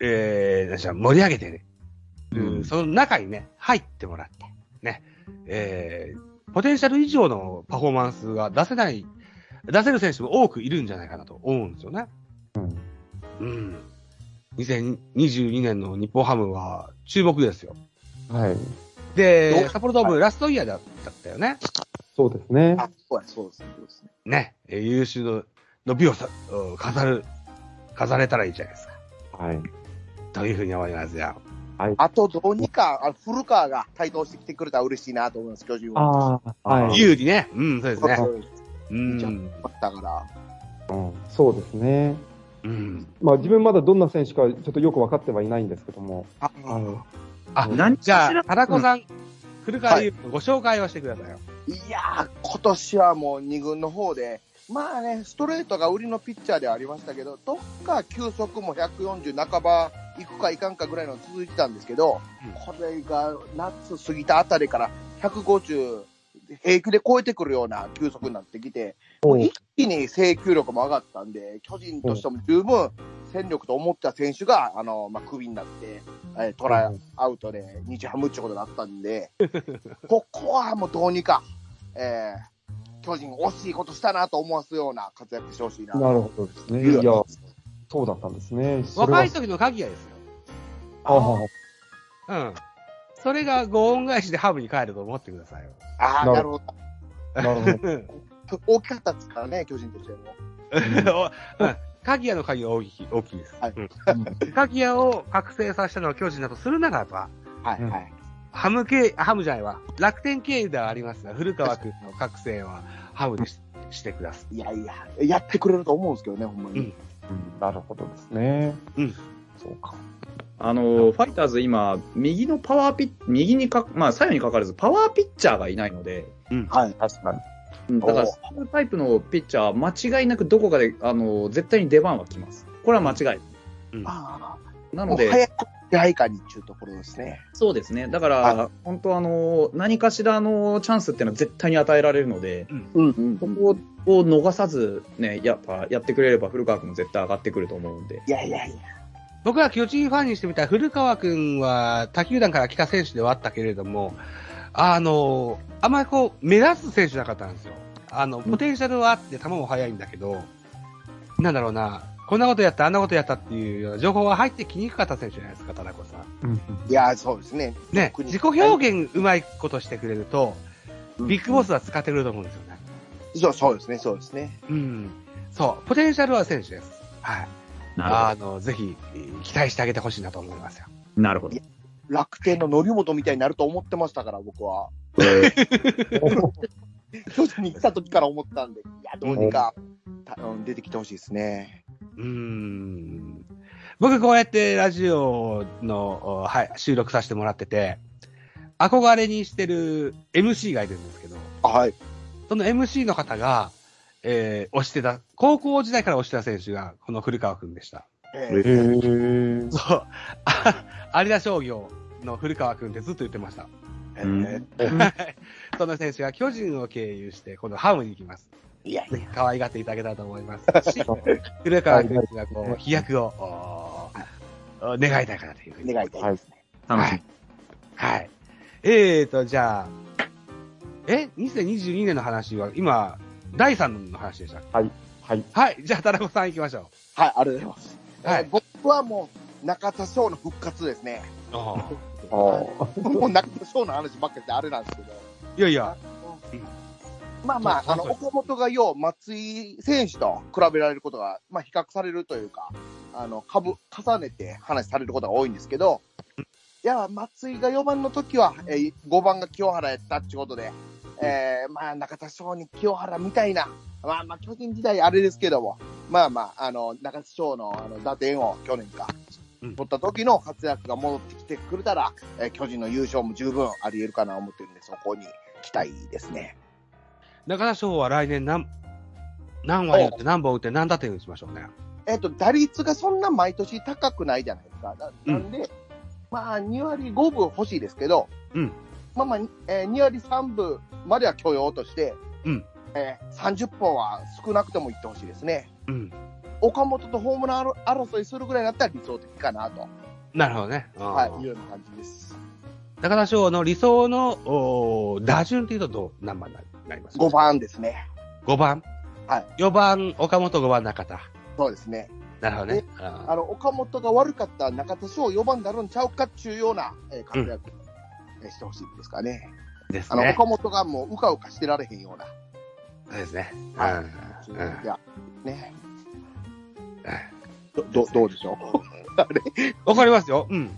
えー、じゃあ盛り上げてね、うんその中にね、入ってもらって、ね、えー、ポテンシャル以上のパフォーマンスが出せない、出せる選手も多くいるんじゃないかなと思うんですよね。うん。2022年の日本ハムは注目ですよ。はい。で、お札幌ドームラストイヤーだったよね。そうですね。あ、そうや、そうですね。そうですね。ね、えー優秀のの美をさうん飾る、飾れたらいいじゃないですか。はい。というふうに思いますよ。あと、どうにか、あの古川が台頭してきてくれたら嬉しいなと思います、巨人は。ああ、はい。有利ね。うん、そうですね。そううん。だから、うんそうですね。うん。まあ自分まだどんな選手かちょっとよく分かってはいないんですけども。あ、あの、あ、何じゃあ、かタラコさん、古川優のご紹介をしてくださいよ。いやー、今年はもう2軍の方で、まあね、ストレートが売りのピッチャーではありましたけど、どっか球速も140半ばいくかいかんかぐらいの続いてたんですけど、うんこれが夏過ぎたあたりから150平気で超えてくるような球速になってきて、一気に制球力も上がったんで、巨人としても十分戦力と思ってた選手が、あの、まあ、クビになって、えートライアウトで日ハムってことだったんで、ここはもうどうにか、えー巨人惜しいことしたなと思わすような活躍してほしいな。なるほどですね。いいやや、そうだったんですね。それは若い時の鍵谷ですよ。ああ、うん。それがご恩返しでハブに帰ると思ってくださいよ。ああ、ななるるほなるほど。ど。大きかったですからね、巨人としても。お うん鍵谷の鍵は大きい大きいです。はいうん鍵谷を覚醒させたのは巨人だとするならば、はい、うんはい。ハム系、ハムじゃないわ。楽天経由ではありますが、古川君の覚醒はハムでししてください。いやいや、やってくれると思うんですけどね、ほんまに。うんうんなるほどですね。うん。そうか。あの、ファイターズ今、右のパワーピッ、右にか、まあ左右にかかわらず、パワーピッチャーがいないので、はい。確かに。うんだかおら、うそのタイプのピッチャーは間違いなくどこかで、あの、絶対に出番は来ます。これは間違いない。あなあ、のもうで、早く手配下にっていうところですね。そうですね。だから、本当あの、何かしらのチャンスっていうのは絶対に与えられるので、うん、うんそこを逃さず、ね、やっぱやってくれれば古川君も絶対上がってくると思うんで。いやいやいや。僕ら巨人ファンにしてみたら、古川君は他球団から来た選手ではあったけれども、あの、あまりこう、目立つ選手じゃなかったんですよ。あの、ポテンシャルはあって、球も速いんだけど、なんだろうな、こんなことやった、あんなことやったっていうような情報は入ってきにくかった選手じゃないですか、田中さん。 うん。いや、そうですね。ね、特に自己表現うまいことしてくれると、ビッグボス。スは使ってくれると思うんですよね。そう、そうですね、そうですね。うん。そう、ポテンシャルは選手です。はい。あの、ぜひ、えー期待してあげてほしいなと思いますよ。なるほど。楽天の則本みたいになると思ってましたから、僕は。巨人に来た時から思ったんで、いや、どうにか、たうん出てきてほしいですね。うーん僕、こうやってラジオの、おはい、収録させてもらってて、憧れにしてる MC がいるんですけど、あはい。その MC の方が、えー、推してた、高校時代から推してた選手が、この古川くんでした。 えへーえ。そう。あ有田商業の古川くんってずっと言ってました。えうんーその選手が巨人を経由して、このハムに行きます。いやいぜやひ可愛がっていただけたらと思いますし、古川くんがこう、飛躍を、おお願いたいかなというふうに願いたいですね。楽しみ。はい。えーと、じゃあ、え ?2022 年の話は、今、第3の話でした。はい。はい。じゃあ、田中さん行きましょはい、ありがとうございます。う。はえーい。僕はもう、中田翔の復活ですね。ああ。 もう中田翔の話ばっかりであれなんですけど。いやいや、まあまあ、そうあその、うそう岡本がよう、松井選手と比べられることが、まあ、比較されるというか、あの、株、重ねて話されることが多いんですけど、いや、松井が4番の時は、えー5番が清原やったってことで、えーまあ、中田翔に清原みたいな、まあまあ、巨人時代あれですけども、まあまあ、あの、中田翔の、あの、打点を去年か、うん取った時の活躍が戻ってきてくれたら、えー巨人の優勝も十分あり得るかなと思ってるんで、そこに期待ですね。中田翔は来年何、何割打って何本打って何打点打ちましょうね。えっと、打率がそんな毎年高くないじゃないですか。なうんなんで、まあ、2割5分欲しいですけど、うんまあまあ、えー2割3分までは許容として、うんえー30本は少なくともいってほしいですね。うん。岡本とホームラン争いするぐらいだったら理想的かなと、なるほどね。うんはい、いうような感じです。高田翔の理想のおー打順っていうとどう何番になりますか5番ですね。 5番はい4番、岡本5番中田。そうですね。なるほどね。あの、岡本が悪かった中田翔4番になるんちゃうかっちゅうような、えー活躍、えーしてほしいですかね。うんですあの、ね。岡本がもううかうかしてられへんような、そうですね。はいうんうんいや、ね。ど、どどうでしょうわかりますよ。うん。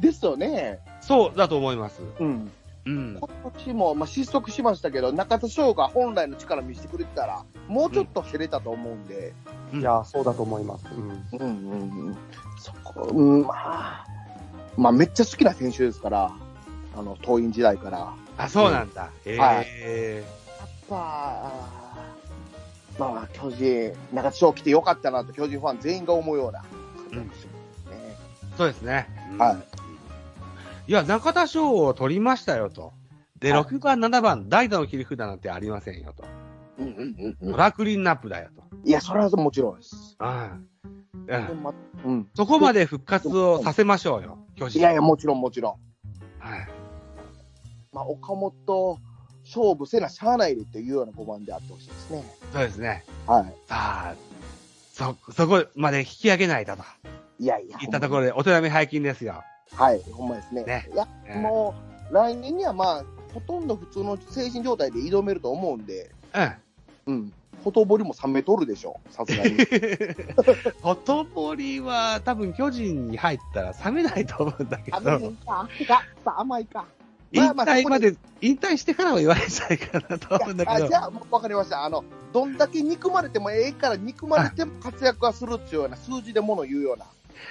ですよね。そうだと思います。うん。うん。今年も、まあ、失速しましたけど、中田翔が本来の力見せてくれてたら、もうちょっと競れたと思うんで、うんいや、そうだと思います。うん。うんうんうん、そこ、うん、まあ、まあ、めっちゃ好きな選手ですから、あの、桐蔭時代から。やあ、そうなんだ。えはえっぱ、まあ、巨人、中田翔来てよかったなと、巨人ファン全員が思うような活躍してますね。そうですね。うんはい。いや、中田賞を取りましたよと。で、はい6番、7番、代打の切り札なんてありませんよと。うんうんうんうドん。ラクリーンナップだよと。いや、それはもちろんです。ああうんでまうん。そこまで復活をさせましょうよ、巨人。いやいや、もちろんもちろん。はい。まあ、岡本、勝負せなしゃあないでというような5番であってほしいですね。そうですね。はさあ、そ、そこまで引き上げないだと。い。いやいや。言ったところで、お手並み拝金ですよ。はい、ほんまですね。ねいや、うんもう、来年にはまあ、ほとんど普通の精神状態で挑めると思うんで、うん。うん。ほとぼりも3メートルでしょう、さす がに。ほとぼりは、多分巨人に入ったら冷めないと思うんだけど、雨にか、が、さ、甘いか。引まあまあ退まで、引退してからは言われちゃいかなと思うんだけあどじ、ゃあ、もうわかりました。あの、どんだけ憎まれてもええから、憎まれても活躍はするっていうような、数字でもの言うような。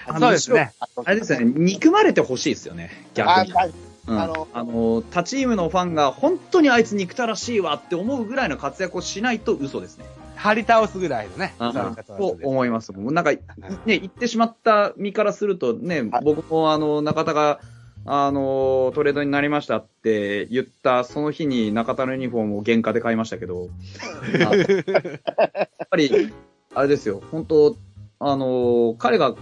あそうですね。あれですね、憎まれてほしいですよね、逆あに。あうんああのの他チームのファンが本当にあいつ憎たらしいわって思うぐらいの活躍をしないと嘘ですね。張り倒すぐらいのね。うんそういう方々とで思います。もうなんか、いね、言ってしまった身からするとね、はい僕もあの、中田が、あの、トレードになりましたって言った、その日に中田のユニフォームを原価で買いましたけど、あのやっぱり、あれですよ、本当あの、彼が、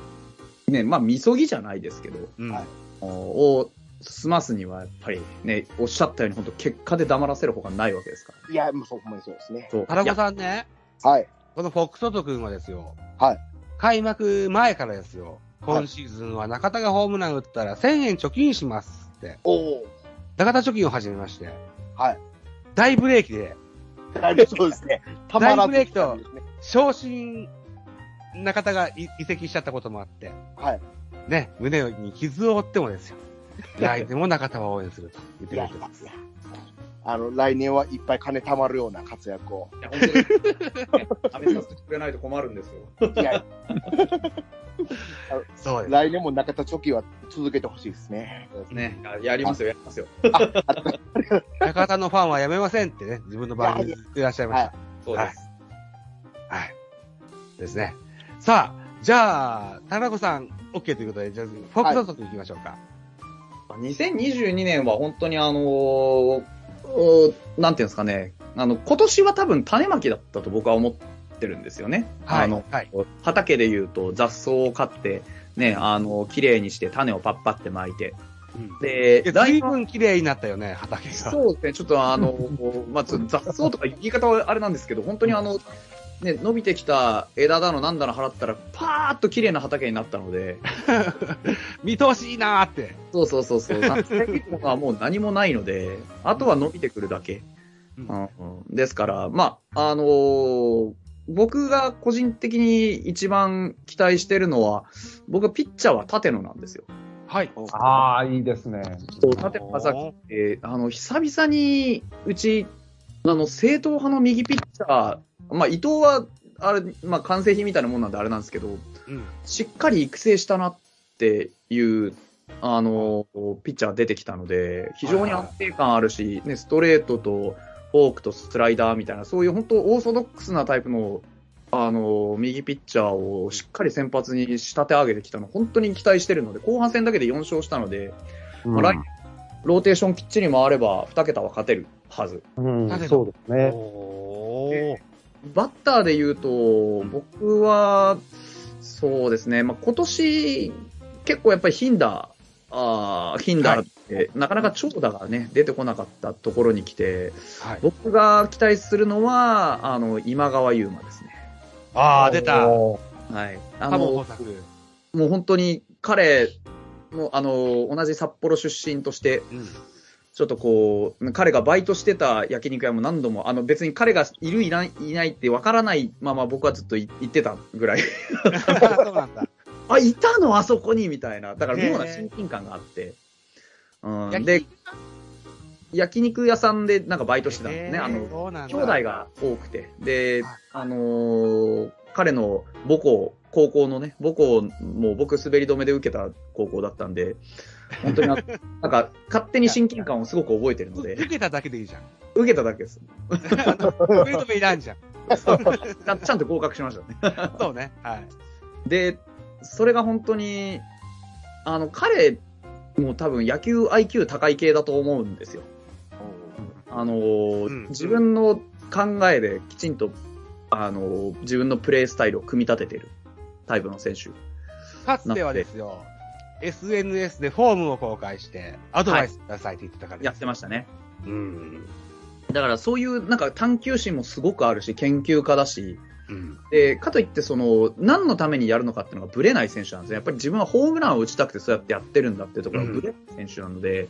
ね、まあ、みそぎじゃないですけど、うんはいを済ますには、やっぱりね、おっしゃったように、本当結果で黙らせるほかないわけですかいら。や、もうそこまでそうですね。そう田中いやさんね、はい。このフォックソト君はですよ、はい。開幕前からですよ、今シーズンは中田がホームラン打ったら1000円貯金しますって、おお。中田貯金を始めまして、はい。大ブレーキで、だいぶそうですね。 たまらんってきたんですね。昇進中田がい移籍しちゃったこともあって、はい。ね、胸に傷を負ってもです よ。来年も中田は応援すると言ってくれいやいてやますい。やあの、来年はいっぱい金貯まるような活躍を。いや本当に ね食べさせてくれないと困るんですよ。い や、そうです。来年も中田貯金は続けてほしいですね。ね、ややりますよ、やりますよ。中田のファンはやめませんってね、自分の番組で言ってらっしゃいました。そうです。はい。ですね。さあ、じゃあ、田中さん、OK ということで、じゃあ、フォークソト君行きましょうか。 2022年は本当にあのーうーなんていうんですかね、あの、今年は多分種まきだったと僕は思ってるんですよね。はい。あの、はい。畑で言うと雑草を買って、ね、あの、綺麗にして種をパッパって巻いて。うんで、いや来随年分綺麗になったよね、畑が。 そうですね、ちょっとあの、 こうまあ、ちょっと雑草とか言い方はあれなんですけど、本当にあの、ね、伸びてきた枝だのなんだの払ったら、パーッと綺麗な畑になったので、見通しいいなーって。そうそうそうそう、はもう何もないので、あとは伸びてくるだけ。うんうんうんですから、まあ、あのー僕が個人的に一番期待してるのは、僕はピッチャーは縦野なんですよ。はい。ああ、いいですね。縦野正樹って、あの、久々に、うち、あの、正統派の右ピッチャー、まあ、伊藤は、あれ、まあ、完成品みたいなもんなんであれなんですけど、うん。しっかり育成したなっていう、あの、ピッチャー出てきたので、非常に安定感あるし、ね、ストレートとフォークとスライダーみたいな、そういう本当オーソドックスなタイプの、あの、右ピッチャーをしっかり先発に仕立て上げてきたの、本当に期待してるので、後半戦だけで4勝したので、うん来年ローテーションきっちり回れば、2桁は勝てるはず。うん、だけどそうですね。おーバッターで言うと、僕は、そうですね、まあ、今年、結構やっぱりヒンダー、あーヒンダーって、なかなか長打がね、出てこなかったところに来て、はい。僕が期待するのは、あの、今川優馬ですね。ああ、出た。はい。多あ分の豊、作。もう本当に彼も、あの、同じ札幌出身として、うん。ちょっとこう、彼がバイトしてた焼肉屋も何度も、あの別に彼がいるいないいないってわからないまま僕はずっとい行ってたぐらい、そうなんだ。あ、いたのあそこにみたいな。だからへえ妙な親近感があって。う焼ん、きで、焼肉屋さんでなんかバイトしてたんですね。えーあの、そうなん兄だ弟が多くて。ではい、あのー彼の母校、高校のね、母校、もう僕滑り止めで受けた高校だったんで、本当にあ なんか勝手に親近感をすごく覚えてるの受で、けただけでいいじゃん。受けただけです。上止めいらんじゃん。ちゃんちゃんと合格しましたね。そうね。はい。で、それが本当に、あの、彼、もう多分野球 IQ 高い系だと思うんですよ。あのーうん自分の考えできちんと、あのー自分のプレースタイルを組み立ててるタイプの選手。かつてはですよ、SNS でフォームを公開して、アドバイスくださいって言ってたから、やってましたね。た。うん。だからそういうなんか探求心もすごくあるし、研究家だし、うん。で、かといってその、何のためにやるのかっていうのがブレない選手なんですね。やっぱり自分はホームランを打ちたくてそうやってやってるんだっていうところがブレない選手なので、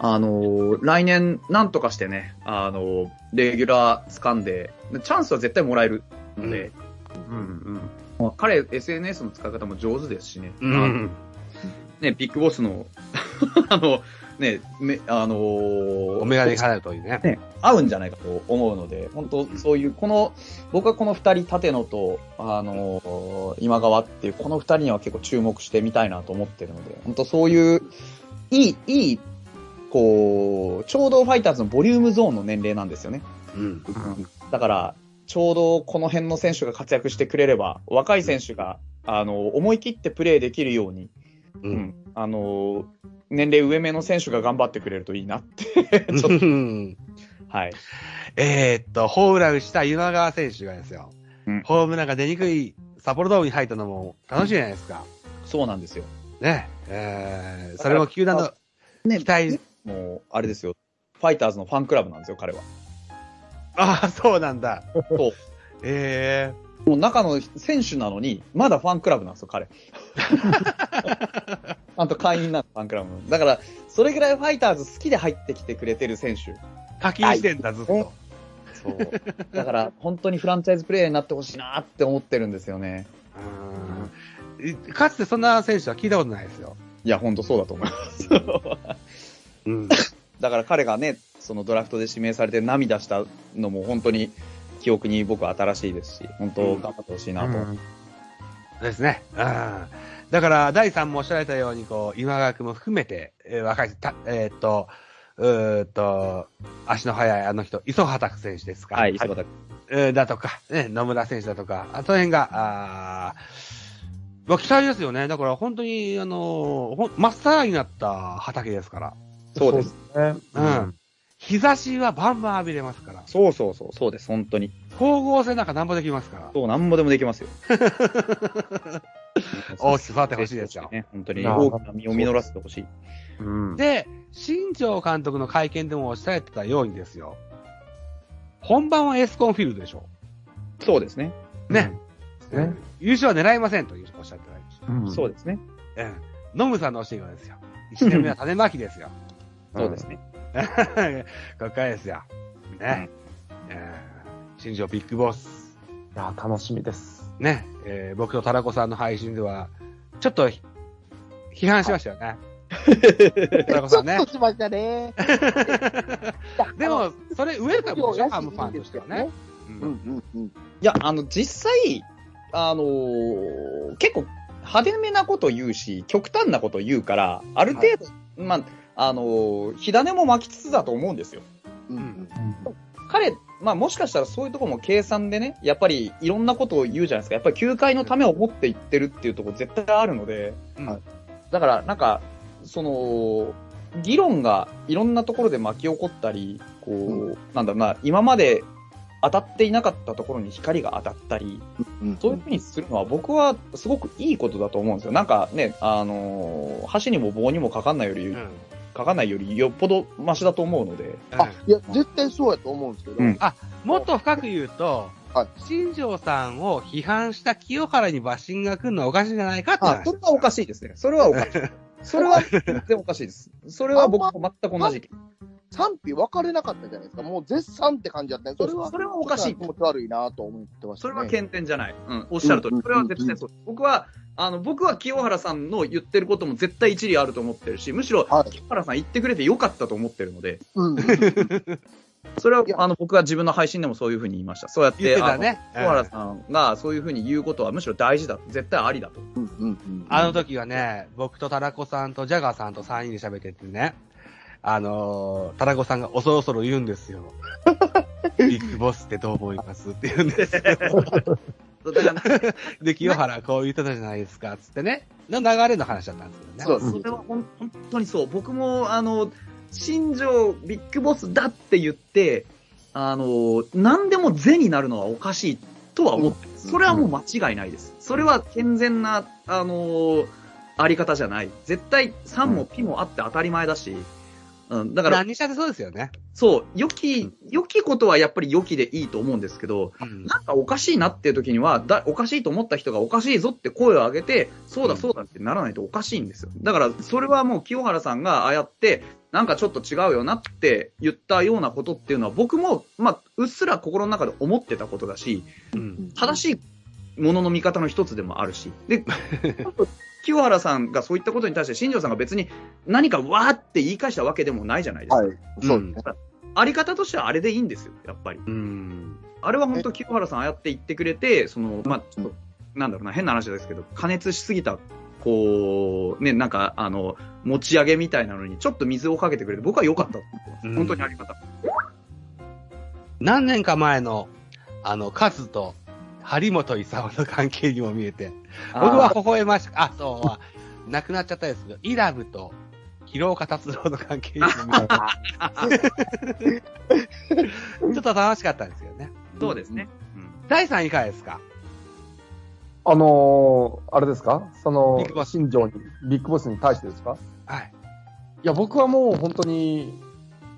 あのー来年なんとかしてね、あのーレギュラー掴んで、チャンスは絶対もらえるので、うんうんまあ彼、SNS の使い方も上手ですしね、あの。ね、ビッグボスの、 あの、ね、めあのーおめがね払うといいね。ね、合うんじゃないかと思うので、本当そういう、この、僕はこの二人、立野と、あのー今川っていう、この二人には結構注目してみたいなと思ってるので、本当そういう、いい、いい、こう、ちょうどファイターズのボリュームゾーンの年齢なんですよね。うん。だから、ちょうどこの辺の選手が活躍してくれれば、若い選手が、あの、思い切ってプレーできるように、う。うんんあの、年齢上目の選手が頑張ってくれるといいなって、ちょっと、うん はい。えーっと、ホームランした今川選手がですよ、うんホームランが出にくい札幌ドームに入ったのも楽しいじゃないですか。そうなんですよ。ね。えー、それも球団のね期待、もう、あれですよ。ファイターズのファンクラブなんですよ、彼は。ああ、そうなんだ。そう。えもう中の選手なのに、まだファンクラブなんですよ、 彼。あと会員なの、ファンクラブの。だから、それぐらいファイターズ好きで入ってきてくれてる選手。ー、課金してんだ、ずっと。そう。だから、本当にフランチャイズプレイヤーになってほしいなって思ってるんですよね。うんかつてそんな選手は聞いたことないですよ。いや、本当そうだと思います。うん。 だから彼がね、そのドラフトで指名されて涙したのも本当に記憶に僕は新しいですし、本当頑張ってほしいなと。うんですね。うん。だから、第3もおっしゃられたように、こう、今川君も含めて、えー若い人、たえーっと、うーっと、足の速いあの人、磯畑選手ですか。はい、磯畑えーだとか、ね、野村選手だとか、あその辺が、あーまあ、期待ですよね。だから本当に、あのーほん、真っさらになった畑ですから。そうです。ね。うん。日差しはバンバン浴びれますから。そうそうそう、そうです、本当に。光合成なんかなんぼできますから。そう、なんぼでもできますよ。 大きく育ってほしいですよ。ね、本当いにや大きな身を実らせてほしい。うん。で、新庄監督の会見でもおっしゃられてたようにですよ。本番はエスコンフィールドでしょそうですね。う。ね。うんね優勝は狙いませんというおっしゃってたりしうんそうですね。た。うん。ノムさんの教え子ですよ。一年目は種まきですよ。そうですね。 こっからですよ。ね。えー新庄ビッグボス。いや、楽しみです。ね。えー僕とタラコさんの配信では、ちょっとひ批判しましたよね。タラコちょさっ んねと。しましたね。でも、それ、ウェルカムでしょ、ハあムのファンとしてはね。うんうんうん。いや、あの、実際、あのー結構派手めなこと言うし、極端なこと言うから、ある程度、まあ、あのー火種も巻きつつだと思うんですよ。うんん彼、まあもしかしたらそういうところも計算でね、やっぱりいろんなことを言うじゃないですか。やっぱり球界のためを持っていってるっていうところ絶対あるので、うんはいだからなんか、その、議論がいろんなところで巻き起こったり、こう、なんだろうな、今まで当たっていなかったところに光が当たったり、そういうふうにするのは僕はすごくいいことだと思うんですよ。なんかね、あのー箸にも棒にもかかんないより、うんかかんないよりよっぽどマシだと思うので、あ、いや、絶対そうやと思うんですけど、うんもっと深く言うと、はい新庄さんを批判した清原にバッシングが来るのはおかしいんじゃないかってあ、話それはおかしいですね。それはお かしい。それは全然おかしいです。それは僕と全く同じ。賛否分かれなかったじゃないですか。もう絶賛って感じだったんで、それはそれはおかしい気。持ち悪いなと思ってました、そね。れは健全じゃない。うん、おっしゃる通うんうり。んそれは絶対そう。僕は、あの、僕は清原さんの言ってることも絶対一理あると思ってるし、むしろはい清原さん言ってくれてよかったと思ってるので、うん。、それはいやあの、僕は自分の配信でもそういうふうに言いました。そうやって、言ってたね。あの清原さんがそういうふうに言うことはむしろ大事だ。絶対ありだと。うんうんうんあの時はね、僕とタラコさんとジャガーさんと3人で喋っててね、あのー、タラコさんがおそろそろ言うんですよ。 ビッグボスってどう思いますって言うんですよ。 だからで、清原こう言ってたじゃないですか、つってね。の流れの話だったんですけどね。そうそれはほん本当にそう。僕も、あの、新庄ビッグボスだって言って、あの、何でも是になるのはおかしいとは思ってます。うんそれはもう間違いないです。それは健全な、あの、あり方じゃない。絶対3もピもあって当たり前だし、うん、だから、何にしたってそうですよね。そう、良き、良きことはやっぱり良きでいいと思うんですけど、うんなんかおかしいなっていう時にはだ、おかしいと思った人がおかしいぞって声を上げて、そうだそうだってならないとおかしいんですよ。だから、それはもう清原さんがああやって、なんかちょっと違うよなって言ったようなことっていうのは、僕も、まあ、うっすら心の中で思ってたことだし、うん。正しいものの見方の一つでもあるし。 で、清原さんがそういったことに対して、新庄さんが別に何かわーって言い返したわけでもないじゃないですか。はい。そうですね。あり方としてはあれでいいんですよ、やっぱり。うん。あれは本当、清原さん、ああやって言ってくれて、その、まあ、ちょっとうん、なんだろうな、変な話ですけど、加熱しすぎた、こう、ね、なんか、あの、持ち上げみたいなのに、ちょっと水をかけてくれて、僕は良かったと思ってますうん本当にありがたい。何年か前の、あの、カズと、張本勲の関係にも見えて、僕はあー、微笑ましく、あ、そうは、亡くなっちゃったですけど、イラブと広岡達郎の関係にも見えて、 ちょっと楽しかったんですけどね。そうですね。第3位いかがですかあのーあれですかそのビッグボ、ス新庄に、ビッグボスに対してですかはい。いや、僕はもう本当に、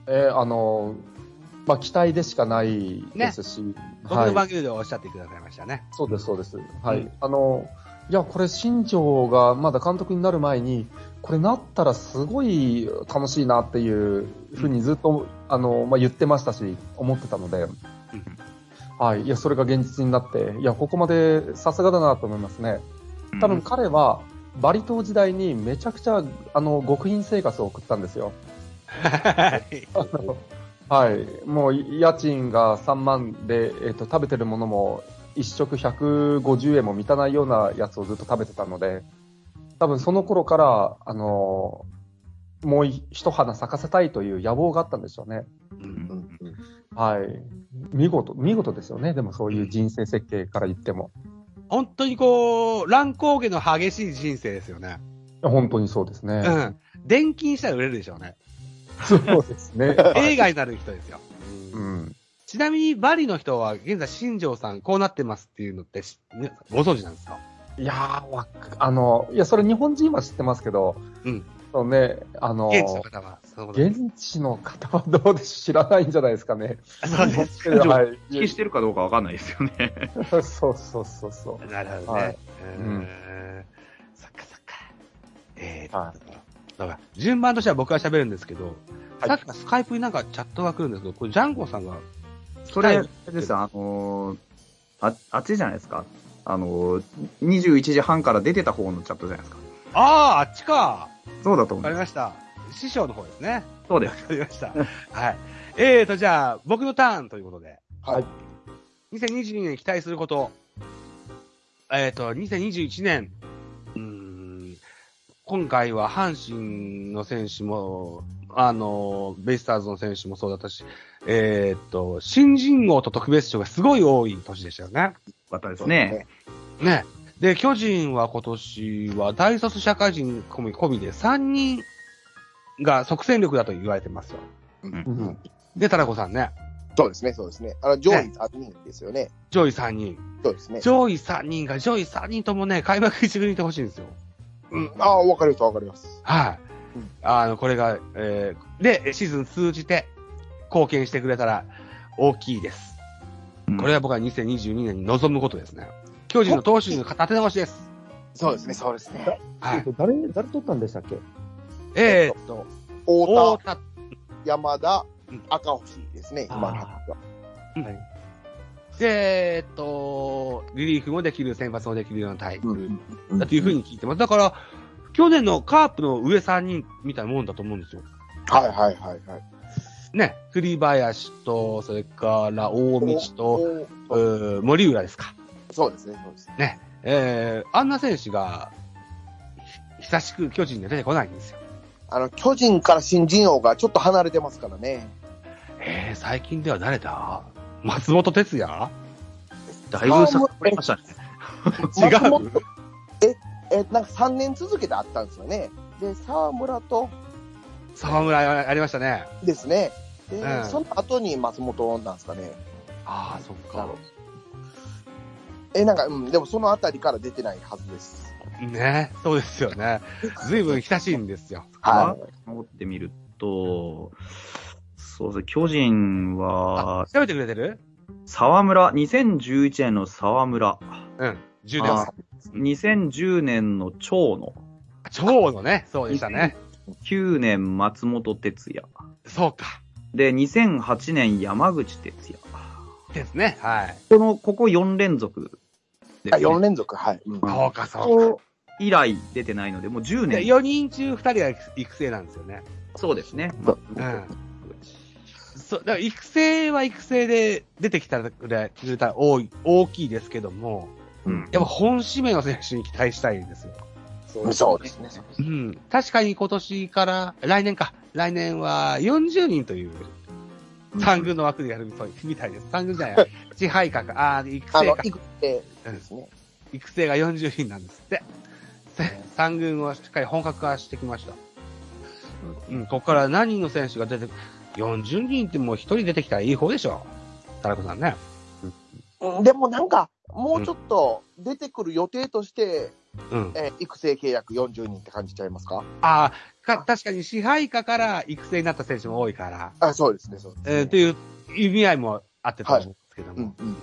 えーあのーまあ、期待でしかないですし、僕はのい。番組でおっしゃってくださいましたね。そうです、そうです。はい。うんあの、いや、これ、新庄がまだ監督になる前に、これなったらすごい楽しいなっていうふうにずっと、あの、まあ、言ってましたし、思ってたので、はい。いや、それが現実になって、いや、ここまでさすがだなと思いますね。うん多分、彼は、バリ島時代にめちゃくちゃ、あの、極貧生活を送ったんですよ。はい。あのはい、もう家賃が3万で、えっと食べてるものも1食150円も満たないようなやつをずっと食べてたので、多分その頃から、あのもう一花咲かせたいという野望があったんでしょうね。うんうんうんはい。見事、見事ですよね。でもそういう人生設計から言っても。本当にこう、乱高下の激しい人生ですよね。本当にそうですうね。ん。電金したら売れるでしょうね。そうですね。 映画になる人ですよ。うん。ちなみに、バリの人は、現在、新庄さん、こうなってますっていうのってし、皆さんご存知なんですかいやー、わかあの、いや、それ日本人は知ってますけど、うんそうね、あの現地の方は。そうです現地の方はどうでしょう知らないんじゃないですかね。そうです。はい意識してるかどうかわかんないですよね。そうそうそうそ なるほどはねい。うー。うんそっかそっか。えはー、だから、順番としては僕は喋るんですけど、はいさっきからスカイプになんかチャットが来るんですけど、これジャンゴさんが、それ、あれですよあのーあ、あっちじゃないですか。あのー、21時半から出てた方のチャットじゃないですか。ああ、あっちかそうだとわ思かうり。ました。師匠の方ですね。そうです。わかりました。はい。えーと、じゃあ、僕のターンということで。はい。 2022年に期待すること。えーと、2021年。うーん。今回は阪神の選手も、あの、ベイスターズの選手もそうだったし、えーと、新人王と特別賞がすごい多い年でしたよね。よかったですね。。ね。で、巨人は今年は大卒社会人込み込みで3人が即戦力だと言われてますよ。うう。うんん。で、タラコさんね。そうですね、そうですね。あの、上位3人ですよね。上位3人。そうですね。上位3人が上位3人ともね、開幕一軍にいてほしいんですよ。うん。ああ、わかります、わかります。はい、うんあの、これが、えーで、シーズン通じて貢献してくれたら大きいです。うんこれは僕は2022年に望むことですね。巨人の投手の立て直しです。そうですね、そうですね。 はい。誰、誰取ったんでしたっけえーっと、太大田、田、山田うん、赤星ですね、今のあで、えーっと、リリーフもできる、先発もできるようなタイプうんだというふうに聞いてます。だから、去年のカープの上3人みたいなもんだと思うんですよ。はいはいはいはい。ね、栗林と、それから大道と、えおおー森浦ですか。そうですね、そうですね。えー、あんな選手が、ひ久しく巨人には出てこないんですよ。あの、巨人から新人王がちょっと離れてますからね。えー、最近では誰だ松本哲也だいぶ差がりましたね。違松う本え、なんか3年続けてあったんですよね。で、沢村と沢村やりましたね。ですね。で、うんその後に松本なんですかね。ああ、そっか。え、なんか、うん、でもそのあたりから出てないはずです。ね、そうですよね。ずいぶん親しいんですよ。は思ってみると、そうですね、巨人あは、調べてくれてる沢村、2011年の沢村、うん。10あ年。 2010年の長野、超のね、そうでしたね。 9年松本哲也、そうか。で、2008年山口哲也。ですね。はい。この、ここ4連続い。であす、 4ね。連続、はい。うんんそうか、そうか。ここ以来出てないので、もう10で年。 4人中2人が育成なんですよね。そうですね。そう、だから育成は育成で出てきたくれたら多い、大きいですけども、うんやっぱ本指名の選手に期待したいんですよ。うんそうですね。うん。確かに今年から、来年か、来年は40人という、三軍の枠でやるみたいみたいです。三軍じゃない、支配格、あー育あ成のか、、いくえうんですね。育成が40人なんですって。せ三軍をしっかり本格化してきました。うん、ここから何人の選手が出てく40人ってもう1人出てきたらいい方でしょ。田中さんね。うんでもなんか、もうちょっと出てくる予定として、うん。えー育成契約40人って感じちゃいますかああ、か、確かに支配下から育成になった選手も多いから、あ、そうですね、そうですね。えー、という意味合いもあってたと思うんですけどうも、んうん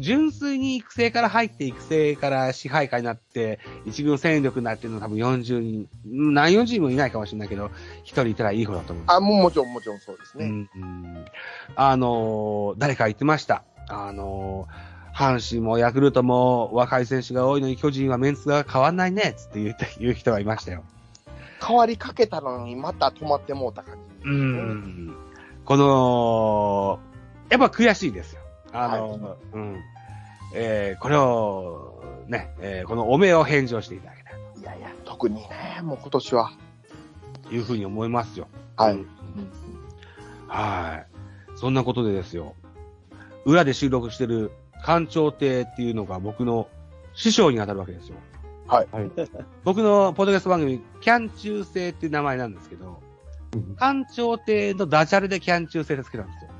純粋に育成から入って、育成から支配下になって、一軍戦力になってるのは多分40人、うん何40人もいないかもしれないけど、一人いたらいい方だと思う。あ、もうもちろん、もちろんそうですうね。んうんあのー誰か言ってました。あのー阪神もヤクルトも若い選手が多いのに巨人はメンツが変わんないね、つって言って、言う人がいましたよ。変わりかけたのに、また止まってもうた感じ。うんこの、やっぱ悔しいですよ。あの、うん。えーこれを、ね、えーこのお礼を返上していただけたらいやいや、特にね、もう今年は。というふうに思いますよ。はい。うんはい。そんなことでですよ。裏で収録してる官庁亭っていうのが僕の師匠に当たるわけですよ。はい。はい僕のポッドキャスト番組、キャン中世っていう名前なんですけどうん、官庁亭のダジャレでキャン中世でつけたんですよ。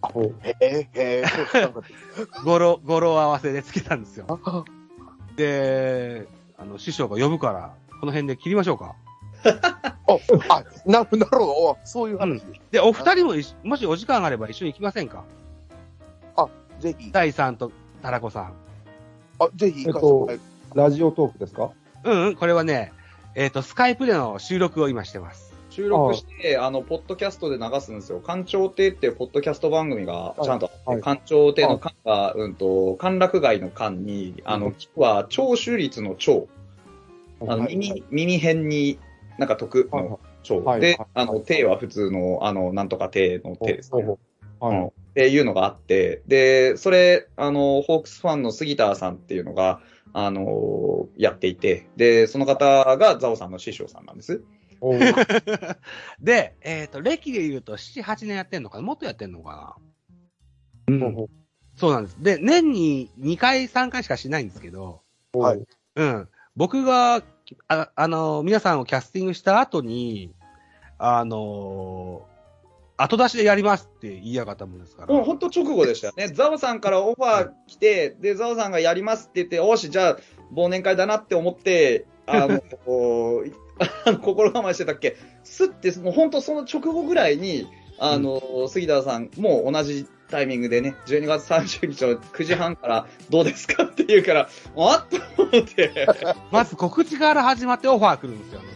あ、おへえ、へえ、そうか語呂、語呂合わせでつけたんですよ。で、あの、師匠が呼ぶから、この辺で切りましょうか。おあ、なるなるほどお、そういう話。で、お二人も一緒、もしお時間あれば一緒に行きませんかぜひ、大さんとタラコさん。あ、ぜひ行かせてもらえるラジオトークですかうんうん、これはね、えっ、と、スカイプでの収録を今してます。収録して、あの、ポッドキャストで流すんですよ。官庁亭っていうポッドキャスト番組がちゃんとあはっいて、官庁亭の官が、うんと、歓楽街の官に、あうの、聞くは聴取率の聴。あの、はい耳、耳辺に、なんか得はいはいの聴はい。ではい、あの、亭は普通の、あの、なんとか亭の亭ですね。はうんい。っていうのがあって、で、それ、あの、ホークスファンの杉田さんっていうのが、あの、やっていて、で、その方がザオさんの師匠さんなんです。おーで、えっ、と、歴で言うと7、8年やってんのかなもっとやってんのかなう。ほうんほそうなんです。で、年に2回、3回しかしないんですけど、うははいい。うん。僕が、ああの、皆さんをキャスティングした後に、あの後出しでやりますって言いやがったもんですから。もう本当直後でしたよね。ザワさんからオファー来て、で、ザワさんがやりますって言って、おし、じゃあ、忘年会だなって思って、あの、 こうあの心構えしてたっけ、すって、もう本当その直後ぐらいに、あの、杉田さん、もう同じタイミングでね、12月30日の9時半からどうですかって言うから、あっと思って、まず告知から始まってオファー来るんですよね。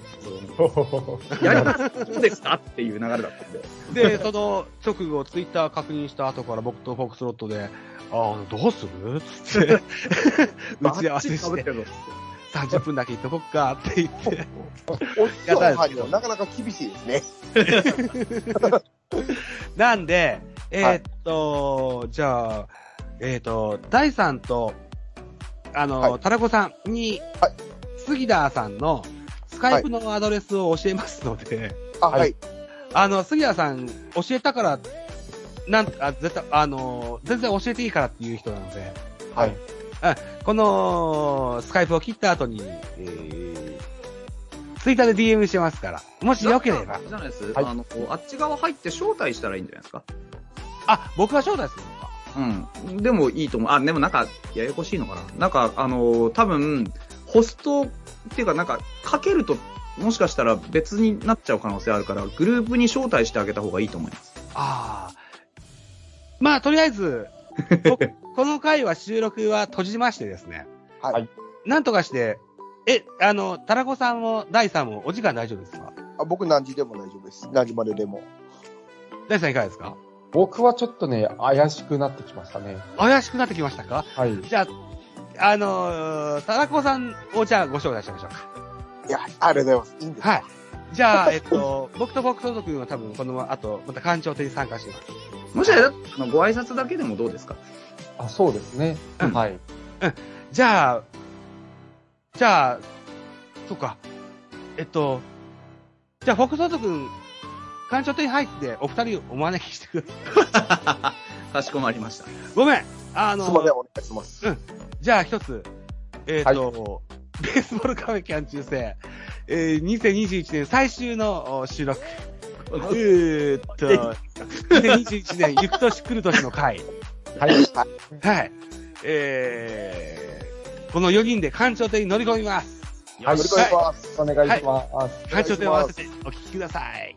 やります、どうですかっていう流れだったんで。で、その直後、ツイッター確認した後から僕とフォックスロットで、ああ、どうするつって、打ち合わせし、バッチリ被ってるの30分だけ行っとこっかって言って、おっさん入るのなかなか厳しいですね。なんで、えーっと、じゃあ、えーっと、大さんと、あはの、タラコさんに、杉田さんのスカイプのアドレスを教えますので、あ、はい。あの、杉谷さん、教えたから、なんあ、絶対、あの、全然教えていいからっていう人なので、はい。あこの、スカイプを切った後に、えー、ツイッターで DM してますから、もしよければじ、ゃないです、はい。あの、こうあっち側入って招待したらいいんじゃないですか。あ、僕は招待するのか。うん。でもいいと思う。あ、でもなんか、ややこしいのかな。なんか、あのー多分、ホストっていうか、なんか、かけると、もしかしたら別になっちゃう可能性あるから、グループに招待してあげた方がいいと思います。ああ。まあ、とりあえず、こ この回は収録は閉じましてですね。はいなんとかして、え、あの、タラコさんも、ダイさんも、お時間大丈夫ですかあ僕何時でも大丈夫です。何時まででも。ダイさんいかがですか 僕はちょっとね、怪しくなってきましたね。怪しくなってきましたかはい。じゃあ、あのー、タラコさんをじゃあご紹介しましょうか。いや、ありがとうございます。いいんです。はい。じゃあ、えっと、 僕と僕と君は多分この後、また館長手に参加します。もしあれだったら、あのご挨拶だけでもどうですかあ、そうですね。うんはい。じゃあ、じゃあ、そっか。えっと、じゃあ、フォックソート君、館長手に入って、お二人をお招きしてください。かしこまりました。ごめんあのすみません、お願いします。じゃあ一つ、えっ、と、 ベースボールカフェキャン中世、えー、2021年最終のお収録。えーっと、2021年、行く年来る年の回。はい。はい。えー、この4人で館長亭に乗り込みます。よろしくお願いします。お願いします。館長亭を合わせてお聞きください。